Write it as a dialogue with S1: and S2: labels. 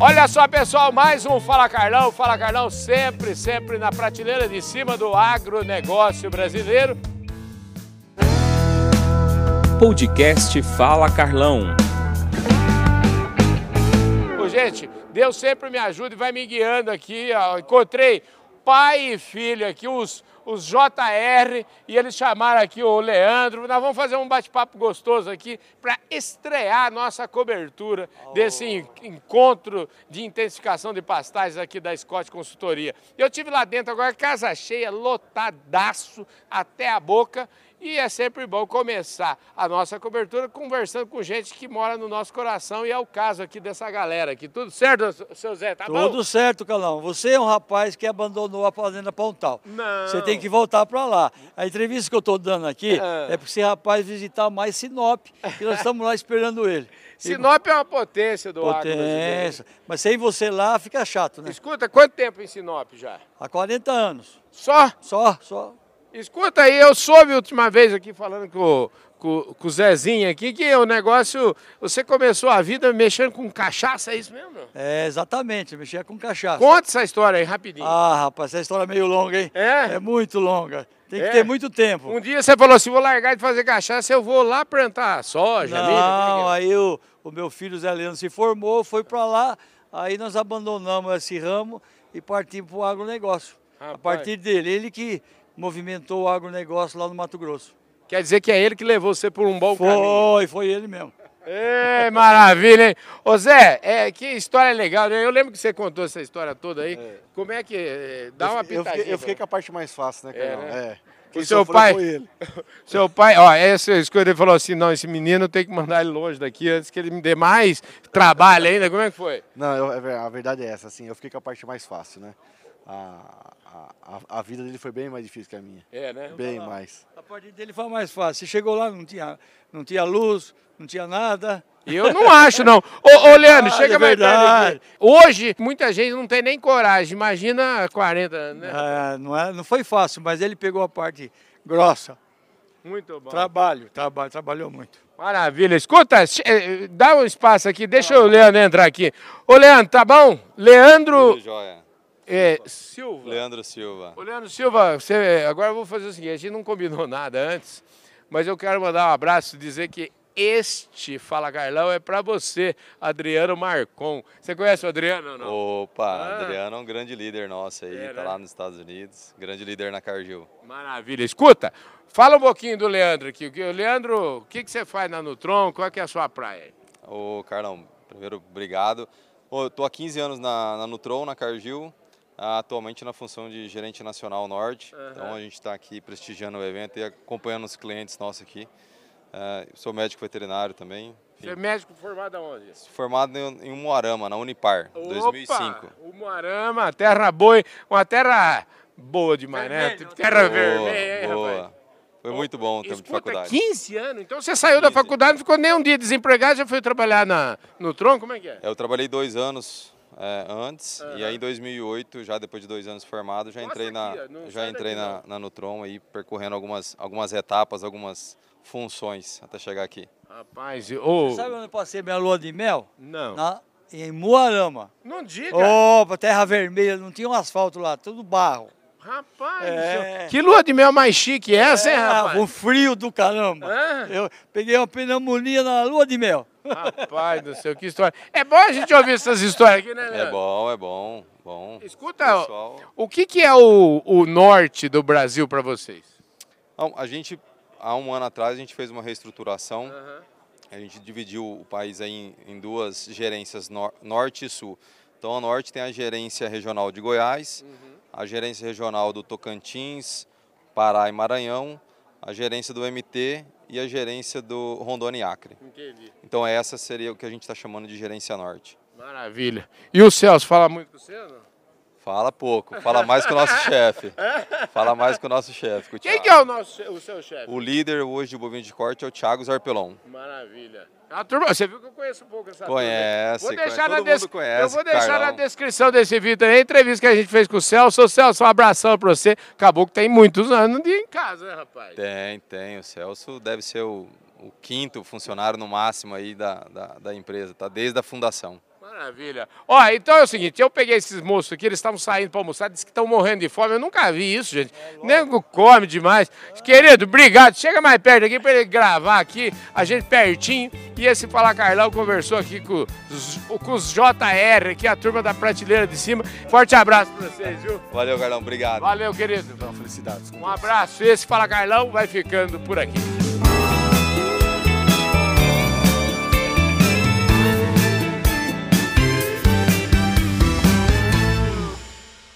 S1: Olha só, pessoal, mais um Fala Carlão. Fala Carlão sempre, sempre na prateleira de cima do agronegócio brasileiro.
S2: Podcast Fala Carlão.
S1: Ô, gente, Deus sempre me ajuda e vai me guiando aqui. ó. Encontrei pai e filho aqui, os, os JR, e eles chamaram aqui o Leandro. Nós vamos fazer um bate-papo gostoso aqui para estrear a nossa cobertura desse en- encontro de intensificação de pastagens aqui da Scott Consultoria. Eu tive lá dentro agora, casa cheia, lotadaço até a boca. E é sempre bom começar a nossa cobertura conversando com gente que mora no nosso coração e é o caso aqui dessa galera aqui. Tudo certo, seu Zé? Tá bom?
S3: Tudo certo, Calão. Você é um rapaz que abandonou a Fazenda Pontal.
S1: Não.
S3: Você tem que voltar para lá. A entrevista que eu estou dando aqui
S1: Ah.
S3: é para esse rapaz visitar mais Sinop, que nós estamos lá esperando ele.
S1: Sinop é uma potência do agro brasileiro.
S3: Potência. Mas sem você lá fica chato, né?
S1: Escuta, quanto tempo em Sinop já?
S3: Há 40 anos.
S1: Só?
S3: Só, só.
S1: Escuta aí, eu soube a última vez aqui falando com, com, com o Zezinho aqui que o negócio, você começou a vida mexendo com cachaça, é isso mesmo?
S3: É, exatamente. Mexia com cachaça.
S1: Conta essa história aí rapidinho.
S3: Ah, rapaz, essa história é meio longa, hein?
S1: É?
S3: É muito longa. Tem que
S1: É?
S3: ter muito tempo.
S1: Um dia você falou assim, vou largar de fazer cachaça, eu vou lá plantar soja, milho,
S3: Não,
S1: como é
S3: aí o, o meu filho Zé Leandro se formou, foi para lá, aí nós abandonamos esse ramo e partimos para o agronegócio. A
S1: Rapaz.
S3: partir dele, ele que movimentou o agronegócio lá no Mato Grosso.
S1: que é? Quer dizer que é ele que levou você por um bom caminho.
S3: Foi, foi ele mesmo.
S1: É, maravilha, hein? Ô Zé, é, que história legal, né? Eu lembro que você contou essa história toda aí. Como é que. é, dá
S4: Eu
S1: uma
S4: fi- eu
S1: pitadinha.
S4: fiquei- Eu fiquei,
S1: pra
S4: com a parte mais fácil, né,
S1: É,
S4: Carlão? É.
S1: né?
S4: Quem
S1: seu
S4: sofreu
S1: pai-
S4: foi ele.
S1: Seu pai, ó, essa escolha, ele falou assim: não, esse menino eu tenho que mandar ele longe daqui antes que ele me dê mais trabalho ainda. Como é que foi?
S4: Não, eu- é ver- a verdade é essa, assim, eu fiquei com a parte mais fácil, né? A, a- a, a vida dele foi bem mais difícil que a minha.
S1: É, né?
S4: Bem mais.
S3: A partir dele foi mais fácil. Você chegou lá, não tinha, não tinha luz, não tinha nada.
S1: E eu não acho, não. Ô, ô Leandro,
S3: Ah,
S1: chega
S3: é
S1: mais perto.
S3: verdade.
S1: aqui. Hoje, muita gente não tem nem coragem. Imagina 40 anos, né?
S3: Ah, não, é- não foi fácil, mas ele pegou a parte grossa.
S1: Muito bom.
S3: Trabalho, trabalho, trabalhou muito.
S1: Maravilha. Escuta, che- eh, dá um espaço aqui, deixa o Leandro entrar aqui. Ô, Leandro, tá bom? Leandro
S5: Tudo jóia.
S1: eh, Silva.
S5: Leandro Silva.
S1: Ô, Leandro Silva, você- agora eu vou fazer o seguinte: a gente não combinou nada antes, mas eu quero mandar um abraço e dizer que este Fala Carlão é pra você, Adriano Marcon. Você conhece o Adriano ou não?
S5: Opa,
S1: Ah.
S5: Adriano é um grande líder nosso aí,
S1: É,
S5: tá
S1: né?
S5: lá nos Estados Unidos. Grande líder na Cargill.
S1: Maravilha. Escuta, fala um pouquinho do Leandro aqui. que O Leandro, o que, que você faz na Nutron? Qual é, que é a sua praia?
S5: Ô, Carlão, primeiro, obrigado. Ô, eu tô há 15 anos na, na Nutron, na Cargill, ah, atualmente na função de gerente nacional norte. Então a gente está aqui prestigiando o evento e acompanhando os clientes nossos aqui. Ah, sou médico veterinário também.
S1: Você é
S5: enfim.
S1: médico formado aonde?
S5: Formado em, em Moarama, na Unipar, 2005.
S1: Opa, Umuarama, terra boa, uma terra boa demais, né?
S3: Vermelho.
S1: Terra
S5: Boa,
S1: vermelha, hein,
S5: boa.
S1: rapaz?
S5: Foi muito bom o tempo de
S1: Escuta,
S5: faculdade.
S1: 15 anos? Então você saiu da faculdade, não ficou nem um dia desempregado, já foi trabalhar na, no Tron? Como é que é?
S5: Eu trabalhei dois anos é, antes e aí em 2008, já depois de dois anos formado, já
S1: Mostra
S5: entrei
S1: aqui, ó, não
S5: na já
S1: sai
S5: entrei
S1: daqui,
S5: na, na Nutron aí percorrendo algumas algumas etapas, algumas funções até chegar aqui.
S1: Rapaz, ou.
S3: Sabe onde eu passei minha lua de mel?
S1: Não.
S3: Na, em Moarama.
S1: Não diga.
S3: Opa, terra vermelha, não tinha um asfalto lá, tudo barro.
S1: Rapaz,
S3: É.
S1: eu- que lua de mel mais chique é essa, hein, rapaz? É.
S3: um frio do caramba.
S1: Hã?
S3: Eu peguei uma pneumonia na lua de mel.
S1: Rapaz do céu, que história. É bom a gente ouvir essas histórias aqui, né,
S5: É
S1: Leandro?
S5: bom, é bom, bom.
S1: Escuta,
S5: Pessoal-
S1: o que, que é o, o norte do Brasil para vocês?
S5: Não, um, a gente há um ano atrás a gente fez uma reestruturação. A gente dividiu o país aí em, em duas gerências nor- norte e sul. Então a norte tem a gerência regional de Goiás,
S1: Uhum.
S5: a gerência regional do Tocantins, Pará e Maranhão, a gerência do MT e a gerência do Rondônia e Acre.
S1: Entendi.
S5: Então essa seria o que a gente está chamando de gerência norte.
S1: Maravilha. E o Celso, fala muito com você, não?
S5: Fala pouco, fala mais com o nosso chefe. Fala mais com o nosso chefe. com o
S1: Quem
S5: Thiago.
S1: que é o, nosso, che- o seu chefe?
S5: O líder hoje de bovino de corte é o Thiago Zarpelon.
S1: Maravilha. A É turma, você viu que eu conheço um pouco essa
S5: Conhece,
S1: turma. Vou deixar
S5: conhece.
S1: na
S5: Todo
S1: des-
S5: mundo conhece,
S1: Eu vou deixar na
S5: Carlão.
S1: descrição desse vídeo aí, a entrevista que a gente fez com o Celso. Ô, Celso, um abração pra você. Acabou que tem muitos anos de em casa, né, rapaz?
S5: Tem, tem. O Celso deve ser o, o quinto funcionário no máximo aí da, da, da empresa, tá? Desde a fundação.
S1: Maravilha. Ó, então é o seguinte, eu peguei esses moços aqui, eles estavam saindo para almoçar, disse que estão morrendo de fome. Eu nunca vi isso, gente. Nego come demais. Querido, obrigado. Chega mais perto aqui para ele gravar aqui, a gente pertinho. E esse Fala Carlão conversou aqui com, os- com os JR, aqui a turma da prateleira de cima. Forte abraço para vocês, viu?
S5: Valeu, Carlão. Obrigado.
S1: Valeu, querido.
S4: Felicidades.
S1: Um abraço. Esse Fala Carlão vai ficando por aqui.